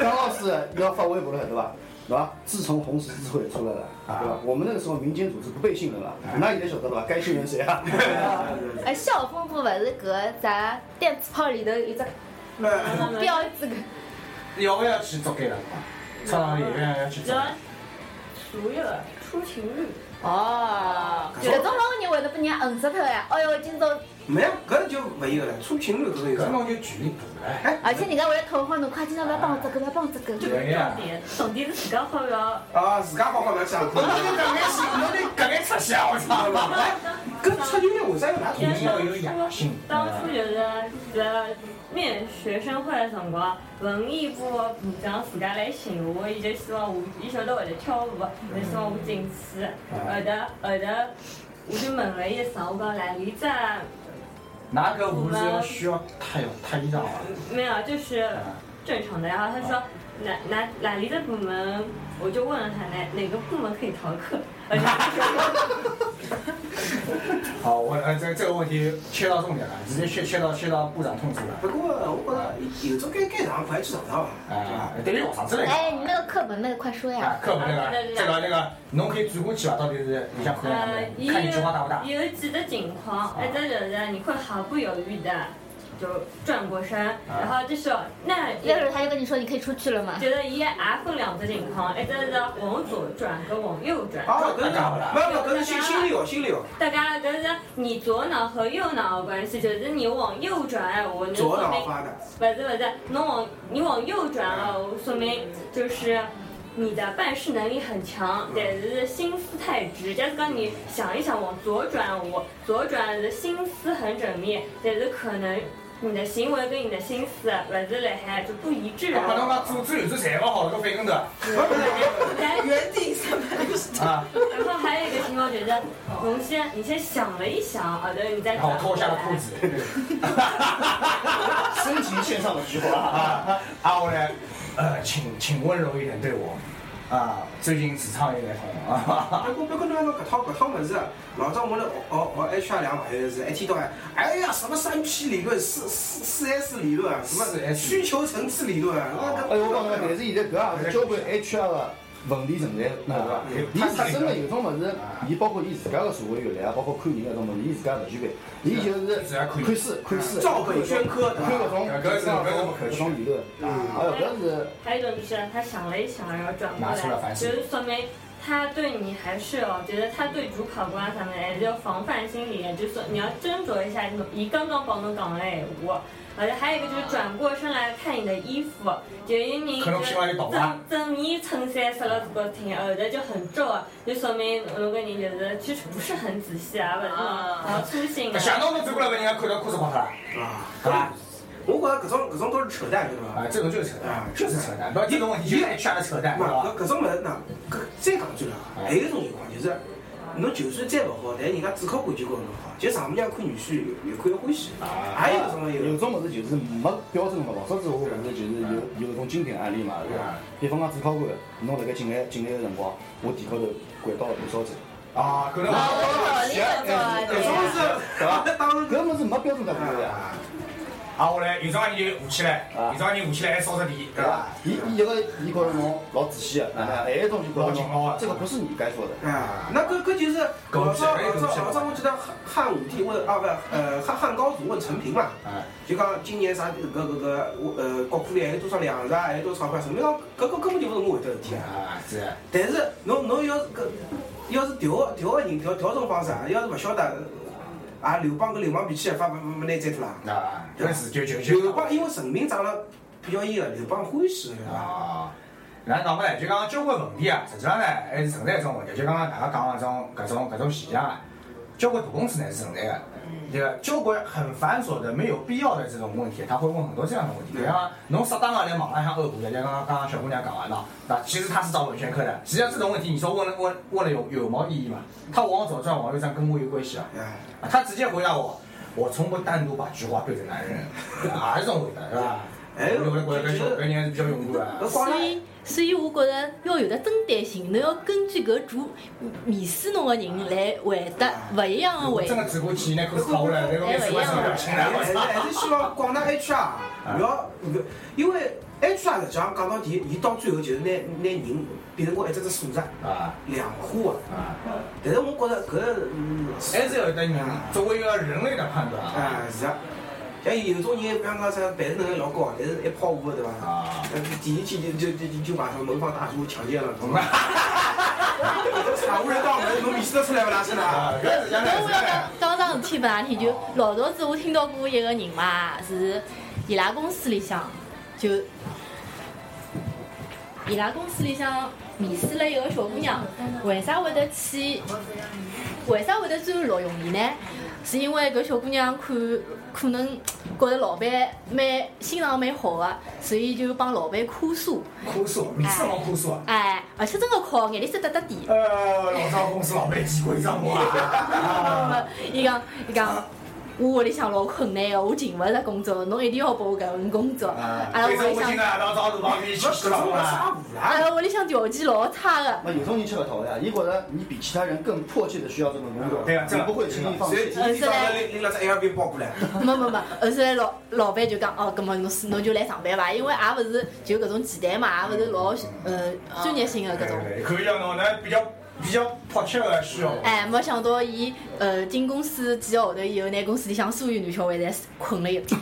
Speaker 5: 张老师要发微博了，对吧？对吧？自从红十字会出来了，
Speaker 2: 啊
Speaker 5: 对吧？我们那个时候民间组织不被信任了，那现在晓得了吧？该信任谁
Speaker 2: [laughs]
Speaker 5: 啊？
Speaker 6: 哎，校风部勿是搿啥电磁炮里头有只标志个，
Speaker 2: 要不要去捉奸了？操场演员要去
Speaker 4: 只
Speaker 2: 捉
Speaker 4: 要
Speaker 2: 奸。
Speaker 4: 熟悉了，出勤率。
Speaker 6: 哦，搿种老人会得被人家摁死脱呀！哎哟，今朝，
Speaker 3: 没，搿就勿一个了，出勤率搿个有
Speaker 2: 搿
Speaker 3: 啥？
Speaker 2: 侬就距离大了。
Speaker 6: 而且人家会得投放侬，快今朝勿要帮我这个，勿要帮我这个。
Speaker 4: 这个是重点，重点是自家好要
Speaker 3: 啊，自家好好来想。
Speaker 2: 侬就搿眼戏，侬就搿眼出息，我操！
Speaker 3: 搿出勤率为啥要拿
Speaker 2: 一定要有野心。
Speaker 4: 当初就是呃面学生会的辰光，文艺部的部长自家来寻我，伊就希望我，伊晓得我会跳舞，就希望我进去。后头后头，我就问了伊啥，我讲来，你这
Speaker 2: 哪个舞是要需要太有太衣裳啊？
Speaker 4: 没有，就是正常的。然后他说哪哪哪里的部门，我就问了他哪哪个部门可以逃课。而且
Speaker 2: 好，我呃这这个问题切到重点了，直接切切到切到部长痛处了。
Speaker 3: 不过我觉着有种该该上快去上上吧，对
Speaker 2: 啊
Speaker 3: 吧？，
Speaker 2: 对于学生子来
Speaker 6: 哎，
Speaker 2: 讲，
Speaker 6: 你那个课本那个快说呀
Speaker 2: 啊，！课本那个这个那个，侬可以转过去伐？到底是里向看哪
Speaker 4: 呃，
Speaker 2: 能？
Speaker 4: 也
Speaker 2: 看你菊花大不大？
Speaker 4: 有几个哎情况，一个就是你会毫不犹豫的就转过身，然后就是那
Speaker 6: 要是他就跟你说你可以出去了嘛，
Speaker 4: [laughs] 觉得伊也分两个情况，一个是往左转跟往右转。
Speaker 3: 啊，搿是没没搿是心心理哦，心理哦。
Speaker 4: 大家就是你左脑和右脑的关系，就是你往右转，我能
Speaker 3: 左
Speaker 4: 说
Speaker 3: 脑
Speaker 4: 明
Speaker 3: 发的，
Speaker 4: 不是不是，侬往你往右转了，说明就是你的办事能力很强，但是心思太直。假使讲你想一想往左转，我左转是心思很缜密，但是可能你的行为跟你的心思不是来海就不一致
Speaker 3: 哦
Speaker 2: 搿侬
Speaker 4: 了。
Speaker 2: 讲左转右转侪勿好，搿反跟头
Speaker 7: 原地三百六十度。
Speaker 2: 啊，
Speaker 4: 然后还有一个情况就是，侬先你先想了一想，好的，你再
Speaker 2: 然后
Speaker 4: 转
Speaker 2: 脱
Speaker 4: 过
Speaker 2: 下
Speaker 4: 来
Speaker 2: 了裤子。
Speaker 5: 深情献上了菊花。
Speaker 2: 啊，啊，我来，呃，请请温柔一点对我，啊，最近职场有点痛
Speaker 3: [laughs]
Speaker 2: 啊，
Speaker 3: 不过不过侬讲搿套搿套物事，老早我辣学学学 HR 两朋友是一天到晚，哎呀什么三区理论、四四四 S 理论啊，什么需求层次理论啊，
Speaker 5: 哎呦，我讲了，但是现在搿也是交关 HR 个问题存在，对伐？伊出生了有种物事，伊包括伊自家个社会阅历啊，包括看人搿种物事，伊自家勿具备，伊就是看书、看书、
Speaker 3: 照本宣科
Speaker 5: 看搿种搿种理论。哎呦，搿是
Speaker 4: 还有一种就是他想了一想，然后转过
Speaker 2: 拿出来
Speaker 4: 来，
Speaker 2: 反
Speaker 4: 就
Speaker 2: 省
Speaker 4: 是说明他对你还是有，觉得他对主考官他们还是有防范心理，就是说你要斟酌一下，你刚刚帮侬讲的闲话。而且还有一个就是转过身来看你的衣服，就因为你
Speaker 2: 可能喜欢你宝
Speaker 4: 正
Speaker 2: 宝
Speaker 4: 正面衬衫塞了这个挺，后头就很皱啊，就说明那个人就是其实不是很仔细啊，不是
Speaker 7: 啊
Speaker 4: 然后粗心啊。
Speaker 2: 想到侬转过来被人家看到裤子跑脱了，
Speaker 3: 啊，
Speaker 2: 好吧？
Speaker 3: 我觉着搿种搿种都是扯淡，晓得伐
Speaker 2: 啊？，这种就是扯
Speaker 3: 啊
Speaker 2: 淡，就是扯淡，不要这种问题就是 HR 的扯淡，知道吧？
Speaker 3: 嘛，搿搿种物事呢，搿再讲句了，还有一种情况就是，侬就算再勿好，但人家主考官就觉着侬好，就丈母娘看女婿有有看有欢喜，还有搿种
Speaker 5: 有
Speaker 3: 有。
Speaker 5: 种物事就是没标准个，老早子我搿是就是有有搿种经典案例嘛，对伐？比方讲主考官，侬辣盖进来进来个辰光，我地高头掼到了多少只？
Speaker 2: 啊，可能
Speaker 6: 啊，我道理搿种啊，对
Speaker 3: 搿种
Speaker 6: 呀。
Speaker 3: 是，对伐？当然
Speaker 5: 搿物事没标准答案个呀。
Speaker 2: 啊，我来，有朝一日就下起来，有朝一日下起来还烧着地，对
Speaker 5: 对吧
Speaker 2: 吧？？
Speaker 5: 伊伊一个伊觉着侬老仔细的，
Speaker 2: 啊
Speaker 5: 还有一种就觉着侬这个不是你该说的。
Speaker 3: 啊，那搿搿就是老早老早老早，我记得汉汉武帝问啊不呃汉汉高祖问陈平嘛，
Speaker 2: 哎，
Speaker 3: 就讲今年啥搿搿搿我呃国库里还有多少粮食啊，还有多少钞票，陈平讲搿搿根本就勿是我会得事体啊。
Speaker 2: 啊，是，
Speaker 3: 但是侬侬要是搿要是调个调个人调调种方式啊，要是勿晓得，啊刘邦跟流氓比起来，发勿勿勿拿再脱啦。
Speaker 2: 啊，
Speaker 3: 对
Speaker 2: 搿
Speaker 3: 吧
Speaker 2: 是就就就
Speaker 3: 刘邦因为陈平长了表演了，刘邦欢喜了，对伐？
Speaker 2: 啊，那讲么呢？就讲交关问题啊，实际上呢还是存在一种问题，就刚刚大家讲的这种搿种搿种现象啊，交关大公司呢是存在的。这个交关很繁琐的、没有必要的这种问题，他会问很多这样的问题。比方，侬适当的来网浪向恶补一下，就像刚刚刚刚小姑娘讲的那，那其实他是找文宣科的。实际上这种问题，你说问了问问了有有毛意义吗？他往左转，往右转，跟我有关系啊？
Speaker 3: 哎，
Speaker 2: 啊，他直接回答我，我从不单独把菊花对着男人，啊，这种回答是吧？
Speaker 3: 哎
Speaker 2: 我我我跟小跟人家比较勇敢啊。
Speaker 3: 搿光
Speaker 8: 所
Speaker 3: 浪
Speaker 8: 以所以我觉着要有得针对性，侬要根据搿主面试侬个人来回答勿一样个
Speaker 2: 我
Speaker 8: 问
Speaker 2: 真
Speaker 8: 题
Speaker 2: 的。走过去，拿裤子脱下来，那个面试官上表情
Speaker 3: 还是还是希望广大 HR 勿要勿要，因为 HR 实际上讲到底，伊到最后就是拿拿人变成过一只只数字，
Speaker 2: 啊
Speaker 3: 量化的。
Speaker 2: 啊，
Speaker 3: 但是我觉着搿嗯
Speaker 2: 还是要有得人作为一个人类的判断啊
Speaker 3: 啊是啊，像有种人，比方讲啥办事能力老高，但是一泡五个对伐？
Speaker 2: 啊，
Speaker 3: 呃第一天就就就就把什么门房大叔强奸了，懂吗？啥无人到门，侬面试得出来勿啦？是
Speaker 2: 啊
Speaker 3: 啦。，
Speaker 2: 搿是讲
Speaker 8: 但我要
Speaker 2: 呢
Speaker 8: 讲，讲桩事体拨㑚听，就老早子我听到过一个人嘛，是伊拉公司里向就伊拉公司里向面试了一个小姑娘，为啥会得去？为啥会得最后录用伊呢？是因为搿小姑娘看可能觉着老板蛮心肠蛮好个、啊所以就帮老板哭诉。
Speaker 2: 哭诉，面试老哭诉啊。
Speaker 8: 哎，而且真个靠，眼泪湿哒哒滴。
Speaker 2: 呃，老张公司老板见过一张我啊，
Speaker 8: 伊讲伊讲，我屋里向老困难哦个，我寻勿着工作，侬一定要拨我搿份工作。
Speaker 2: 啊
Speaker 8: 阿拉
Speaker 2: 所以说
Speaker 8: 屋里
Speaker 2: 我
Speaker 8: 向，
Speaker 2: 今个到到厨房里去
Speaker 3: 搿
Speaker 2: 吃
Speaker 3: 种
Speaker 2: 了
Speaker 3: 没啥
Speaker 2: 啊。
Speaker 3: 无
Speaker 8: 阿
Speaker 3: 啦，
Speaker 8: 哎拉屋里向条件老差个。
Speaker 5: 那有种人吃不透的，伊觉得你比其他人更迫切的需要这份工作，
Speaker 2: 对啊这
Speaker 5: 你
Speaker 2: 个
Speaker 5: 不会轻易放
Speaker 3: 所以
Speaker 5: 弃
Speaker 3: 第。一天早上拎拎了只 LV 包过来，
Speaker 8: 没没没，后头来老老板就讲哦，葛末侬是侬就来上班伐，因为也勿是就搿种简单嘛，也勿是老呃专业性个搿种。
Speaker 2: 可以讲侬呢比较比较迫切的需要。
Speaker 8: 哎，没想到伊呃进公司几个号头以后，拿公司里向所有男小孩侪困了一遍。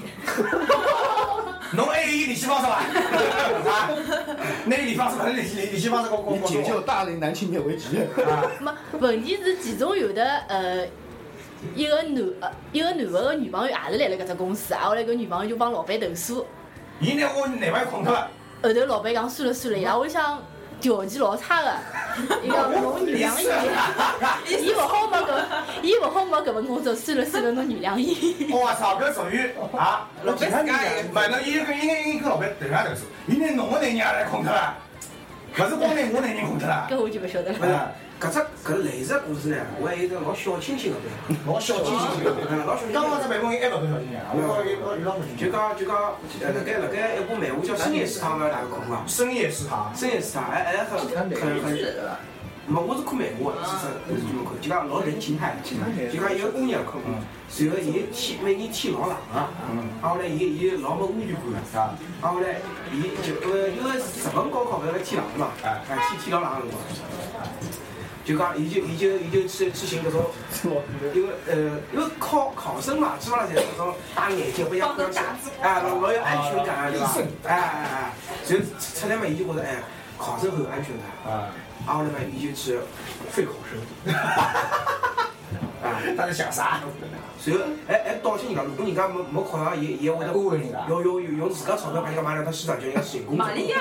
Speaker 2: 侬还有伊联系方式伐？啊，拿伊联系方式，反正联系联系方式跟我
Speaker 5: 你
Speaker 2: 跟
Speaker 5: 解
Speaker 2: 我
Speaker 5: 救大龄男青年危
Speaker 2: [laughs]
Speaker 5: 机，
Speaker 2: 啊
Speaker 8: 没问题是其中有的呃。一个男呃，一个男的个女朋友也是来了搿只公司，啊，后来搿女朋友就帮老板投诉，
Speaker 2: 伊拿我男朋友困脱了，
Speaker 8: 后头老板讲算了算了，伊拉屋里向条件老差个，伊
Speaker 2: [laughs]
Speaker 8: 讲侬原谅
Speaker 2: 啊
Speaker 8: 伊，伊勿好没搿，伊勿好没搿份工作，算了算了，侬原谅伊。
Speaker 2: 我操，搿属于啊，老板自家也，勿侬伊跟伊跟伊跟老板对家投诉，伊拿侬个男人也来困脱了，勿是光拿我男人困脱了
Speaker 8: 搿，我就勿晓得
Speaker 3: 勿是
Speaker 2: 啊
Speaker 8: 了。
Speaker 3: 搿只搿类似的故事呢，我还有一个老小清新个朋友，
Speaker 2: 老小
Speaker 5: [laughs]
Speaker 2: 清新的。
Speaker 3: 嗯老小清新
Speaker 2: 刚刚只
Speaker 3: 的。
Speaker 2: 办公室还勿够小心眼，我觉着伊老小心
Speaker 3: 就讲就讲，呃，辣盖辣盖一部漫画叫《深夜食堂》个哪个看过啊？
Speaker 2: 深夜食堂，
Speaker 3: 深夜食堂，哎哎，很很很没，我是看漫画的，其实是专门看，就讲老人情态，就讲一个姑娘看过，然后伊天每年天老冷啊，啊后来伊伊老没安全感啊，啊后来伊就呃因为日本高考勿是辣天冷嘛，啊天天老冷个辰光，就讲伊就伊就伊就去去寻搿种，因为呃因为考考生嘛，基本上侪是搿种戴眼镜，不要不要啊老老有安全感啊，对伐？哎哎哎，就出来嘛，伊就觉着哎考生很有安全感。
Speaker 2: 啊，
Speaker 3: 然后呢，伊就是废考生， [laughs] 啊，
Speaker 2: 他在想啥？
Speaker 3: 随后哎哎道歉人家，如果人家没没考上，也也会得
Speaker 2: 安慰人家
Speaker 3: 要要用用自家钞票把人家买了当市长，叫人家寻工作
Speaker 7: 玛。利亚，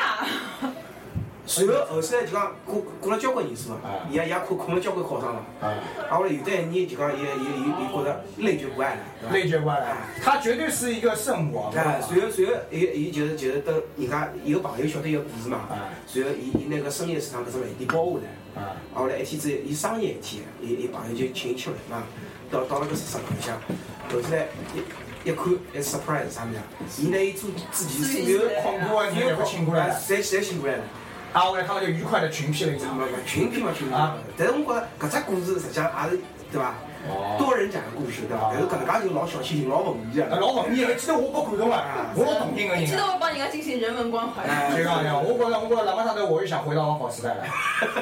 Speaker 3: 随后后头呢，就讲过过了交关年数嘛
Speaker 2: 啊，
Speaker 3: 伊也也困困了交关考生了。
Speaker 2: 啊，
Speaker 3: 啊，后来有的一年就讲，伊伊伊伊觉着累就不爱了，对吧
Speaker 2: 内卷观了，啊他绝对是一个圣母啊！
Speaker 3: 哎，随后随后，伊伊就是就是等人家有个朋友晓得一个故事嘛
Speaker 2: 啊，
Speaker 3: 随后伊伊拿个深夜食堂搿只饭店包下来。
Speaker 2: 啊，
Speaker 3: 后来一天子，伊生日一天，伊伊朋友就请伊吃饭嘛，到到了搿食堂里向，后头来一一看，一 surprise 啥物事，伊拿伊做自己所有哎
Speaker 2: 恐怖啊！你也不请过来了。
Speaker 3: 侪侪请过来了，
Speaker 2: 啊，后来他们就愉快的群批了一场
Speaker 3: 没。没群批嘛群批嘛，
Speaker 2: 啊
Speaker 3: 但是我觉着搿只故事实际上也是对伐？
Speaker 2: 哦
Speaker 3: 多人讲个故事对伐？但是搿能介就老小清新，老文艺啊。
Speaker 2: 老文艺，记得我被感动了，我老动心个人
Speaker 7: 记得
Speaker 2: 啊。
Speaker 7: 会帮人家进行人文关怀。
Speaker 3: 哎
Speaker 2: 就讲讲，我觉着我觉着，哪怕上头我也想回到好时代了。
Speaker 3: [laughs]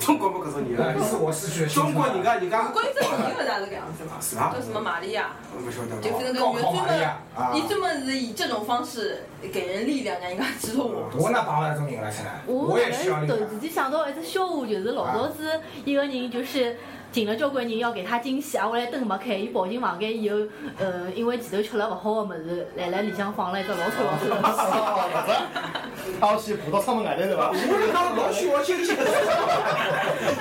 Speaker 3: 中国没搿种人
Speaker 2: 呃
Speaker 3: 了，
Speaker 2: 是我失去了青
Speaker 3: 中
Speaker 2: 春
Speaker 3: 国人家人家
Speaker 7: 不过一只朋友勿是也是搿样子嘛，
Speaker 3: 是伐
Speaker 7: 叫？什么玛利亚，
Speaker 3: 勿晓得
Speaker 7: 就
Speaker 3: 哦
Speaker 7: 是那个
Speaker 2: 高
Speaker 7: 女的
Speaker 2: 考玛利亚
Speaker 7: 专
Speaker 2: 啊
Speaker 7: 门，！你专门是以这种方式给人力量，让人家知道我。
Speaker 2: 我哪碰到这种人了，现在
Speaker 8: 我
Speaker 2: 我也需要啊
Speaker 8: 后
Speaker 2: 你
Speaker 8: 头突然想到一只笑话，就是老早子一个人就是。请了交关人要给他惊喜，啊，后来灯没开，伊跑进房间以后，呃，因为前头吃了勿好个物事，辣辣里向放了一只老丑老丑
Speaker 2: 哦
Speaker 8: 的东西。
Speaker 2: [laughs]
Speaker 5: 凹起葡萄上面眼泪对吧？
Speaker 3: 我
Speaker 5: [laughs]
Speaker 3: 是讲老小清新，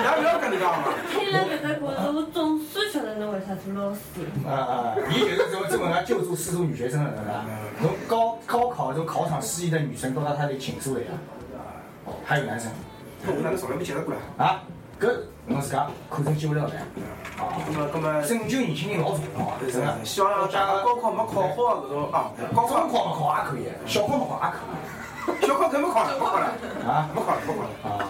Speaker 3: 哪勿要搿能介嘛？
Speaker 4: 听了搿只故事，我总算晓得侬为啥做老师。
Speaker 2: 啊啊！伊就是这这文啊，救助失足女学生了，是吧？
Speaker 3: 嗯
Speaker 2: 从高高考从考场失忆的女生都到他的寝室里了，哦还有男生
Speaker 3: 我哪能从来没接触过啦？
Speaker 2: 啊？搿侬自家看成救了唻啊！
Speaker 3: 那么，那么，
Speaker 2: 拯救年轻人老重要啊，真的。
Speaker 3: 希望让大家高考没考好搿种啊，高
Speaker 2: 中考
Speaker 3: 考
Speaker 2: 没考也可以，小考没考也可以。
Speaker 3: 小考搿没考了，没考了，
Speaker 2: 啊
Speaker 3: 没考了，没考了。
Speaker 2: 啊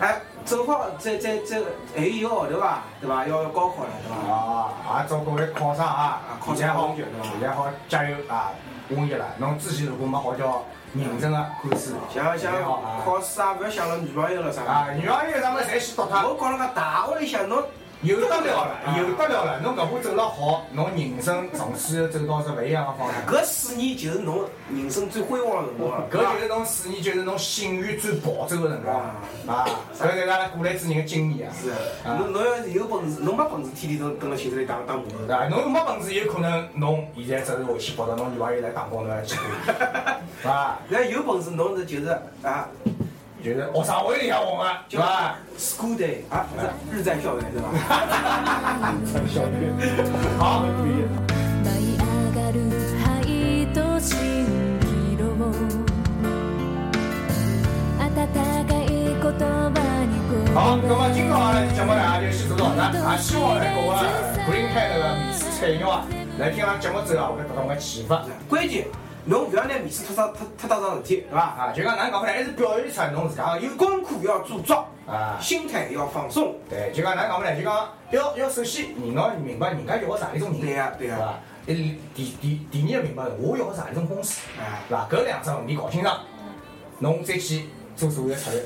Speaker 3: 哎，正好再再再还有一个号头伐，对伐？要要高考了，对伐？
Speaker 2: 啊！啊，祝各位考生啊，现在好，现在好，加油啊！恭喜了！侬之前如果没好叫认真的看书，
Speaker 3: 像像
Speaker 2: 好啊！
Speaker 3: 考试啊，勿要想了女朋友了啥的。
Speaker 2: 啊，女儿有啥么侪去读它，
Speaker 3: 我讲了个大学里向侬
Speaker 2: 有得了了，有得了了！侬搿步走了好，侬人生从此走到是勿一样的方向。
Speaker 3: 搿四年就是侬人生最辉煌的辰光了，
Speaker 2: 搿就是侬四年，就是侬信誉最暴走的辰光啊！搿就是阿拉过来之人的经验啊！
Speaker 3: 是
Speaker 2: 啊
Speaker 3: 啊。侬侬要是有本事，侬没本事，天天都蹲辣寝室里打打麻将。
Speaker 2: 啊，侬没本事，有可能侬现在只是回去跑到侬女朋友来打工，侬要去看，是吧？
Speaker 3: 那有本事侬是就是啊
Speaker 2: 就是学生会里向混啊，是吧？
Speaker 3: [laughs] ，school day 啊，日在校园对伐？
Speaker 2: [laughs] 好，
Speaker 9: 「舞い上がる灰と蜃気楼」「温かい言葉にこ
Speaker 2: 好，那么今朝阿拉节目呢就先做到这，啊，希望呢各位不吝开那个美食菜肴啊，来听俺节目之后啊，会得得到我们启发。
Speaker 3: 关键侬勿要拿面试脱上脱脱当桩事体，对伐？
Speaker 2: 啊，就讲哪能讲法呢？还是表现出侬自家的优
Speaker 3: 有功课要做足，
Speaker 2: 啊。
Speaker 3: 心态要放松。
Speaker 2: 对，就讲哪能讲法呢？就讲要要首先，人要明白人家要啥一种人，
Speaker 3: 对呀对呀
Speaker 2: 是吧？一第第第二要明白我要啥一种公司，
Speaker 3: 啊，
Speaker 2: 是吧？搿两只问题搞清爽，侬再去做所谓的策略。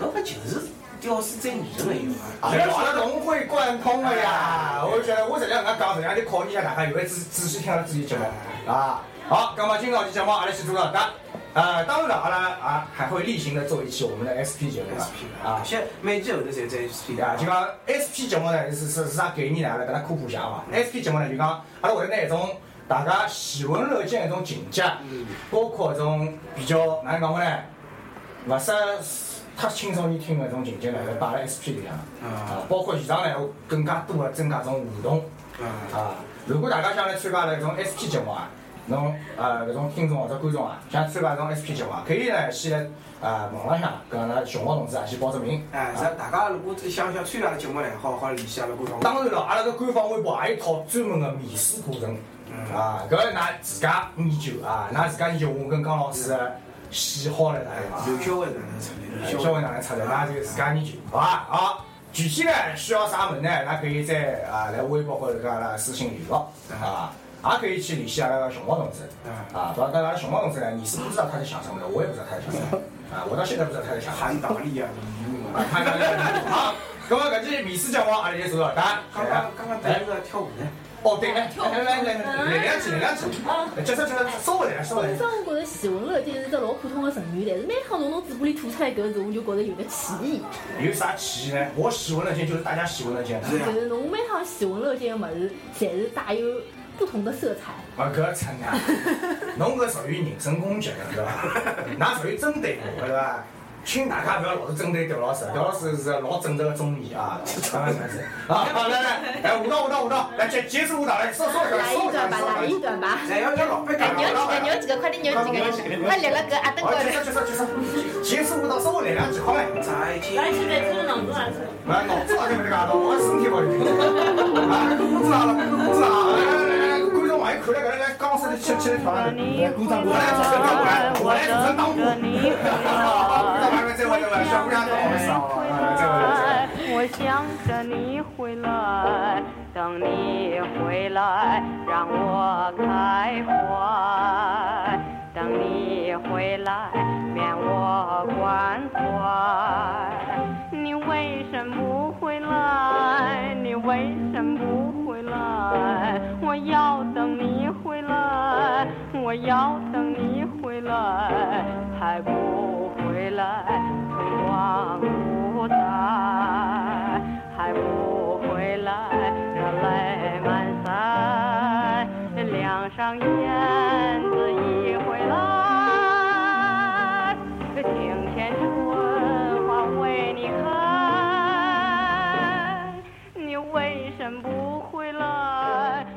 Speaker 3: 搿勿就是屌丝最女人的一
Speaker 2: 啊，
Speaker 3: 嘛？
Speaker 2: 要晓得融会贯通的哎呀！我觉得我实际上搿能讲，实际上就考验一下大家，有没仔仔细听了自己节目啊。好，那么今朝的节目阿拉先做到这。呃，当然了，阿拉啊还会例行的做一期我们的 SP 节目啊
Speaker 3: SP
Speaker 2: 啊
Speaker 3: 啊，。现每季后头侪在 SP
Speaker 2: 啊，就讲 SP 节目呢是是是啥概念呢？阿拉跟他科普一下啊嘛。SP 节目呢就讲，阿拉会得拿一种大家喜闻乐见的一种情节，包括一种比较哪能讲呢，勿适太青少年听的一种情节呢，来摆辣 SP 里向。啊，包括现场呢更加多的增加一种互动。
Speaker 3: 啊。
Speaker 2: 啊，如果大家想来参加那种 SP 节目啊，侬呃搿种听众或者观众啊，想参加搿种 SP 节目啊，可以呢先来呃网浪向跟阿拉熊猫同志啊先报只名。
Speaker 3: 哎，
Speaker 2: 啊
Speaker 3: 咱大家如果想想参加的节目呢，好好联系阿拉官方。
Speaker 2: 当然了，阿拉个官方微博也有一套专门的面试课程
Speaker 3: 嗯
Speaker 2: 啊，搿㑚自家研究啊，㑚自家研究我跟江老师的喜好了哪
Speaker 3: 哎
Speaker 2: 里
Speaker 3: 刘小伟哪能出来？
Speaker 2: 嘛，小问哪能出来，㑚就自家研究，好伐？好，具体呢需要啥物事呢？㑚可以再啊来微博或者跟阿拉私信联络啊，也可以去联系阿拉个熊猫同志啊，不然阿拉熊猫同志呢，你是不知道他在想什么的，我也不知道他在想什么啊，我到现在不知道他在想什么。
Speaker 3: 韩大力啊，
Speaker 2: 啊看看好，咁么搿期面试节目阿拉就做到这，
Speaker 3: 刚
Speaker 2: 哎
Speaker 3: 刚刚刚在那个跳舞呢，
Speaker 2: 哦，对，来来来来来两句，两句，接着接着，稍微来，稍微
Speaker 8: 实
Speaker 2: 来
Speaker 8: 际。上，我觉着喜闻乐见是只老普通的成语，但是每趟从侬嘴巴里吐出来搿字，我就觉着有个歧义。
Speaker 2: 有啥歧义呢？我喜闻乐见就是大家喜闻乐见，
Speaker 3: 是呀
Speaker 8: 就，是侬每趟喜闻乐见的物事，侪是带有不同的色彩。
Speaker 2: 啊，搿出啊，侬搿属于人身攻击了，对伐？㑚属于针对我，对伐？请大家勿要老是针对刁老师，刁老师是老正直个中医啊，当然是。啊，好，来来，来，舞蹈舞蹈舞蹈，来结结束舞蹈，来，稍稍稍
Speaker 6: 来
Speaker 2: 稍
Speaker 6: 一段吧，
Speaker 2: 稍
Speaker 6: 来一段吧。
Speaker 3: 咱要要老板
Speaker 6: 哎，
Speaker 3: 干
Speaker 6: 扭
Speaker 3: 嘛？
Speaker 6: 几个，扭几个，快点扭 [laughs] 几个！啊快立了搿阿登高
Speaker 2: 好，结
Speaker 6: 头
Speaker 2: 束。结束结束，结束舞蹈稍微来两句，好嘞。
Speaker 3: 再见。
Speaker 4: 来，现在就是脑子来吃。
Speaker 2: 来，脑子啊，这个嘎达，我身体不行。啊，这个工资啊，这个工资啊，来来来，观众网友看了，来来，刚才起起来跳了。
Speaker 5: 来鼓掌鼓
Speaker 2: 我来
Speaker 5: 掌
Speaker 2: 主持，我来，我来主持当鼓。到外面再问一问，小姑娘怎么回事啊？再问一问。
Speaker 10: 我想着你回来，等你回来，让我开怀。等你回来，免我关怀。你为什么不回来？你为什么不回来？我要等你回来，我要等你回来，还不回来，春光不再，还不回来，热泪满腮，两上燕子一回来，庭前春花为你开。你为什么不回来？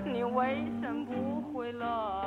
Speaker 10: 你为什么不回来？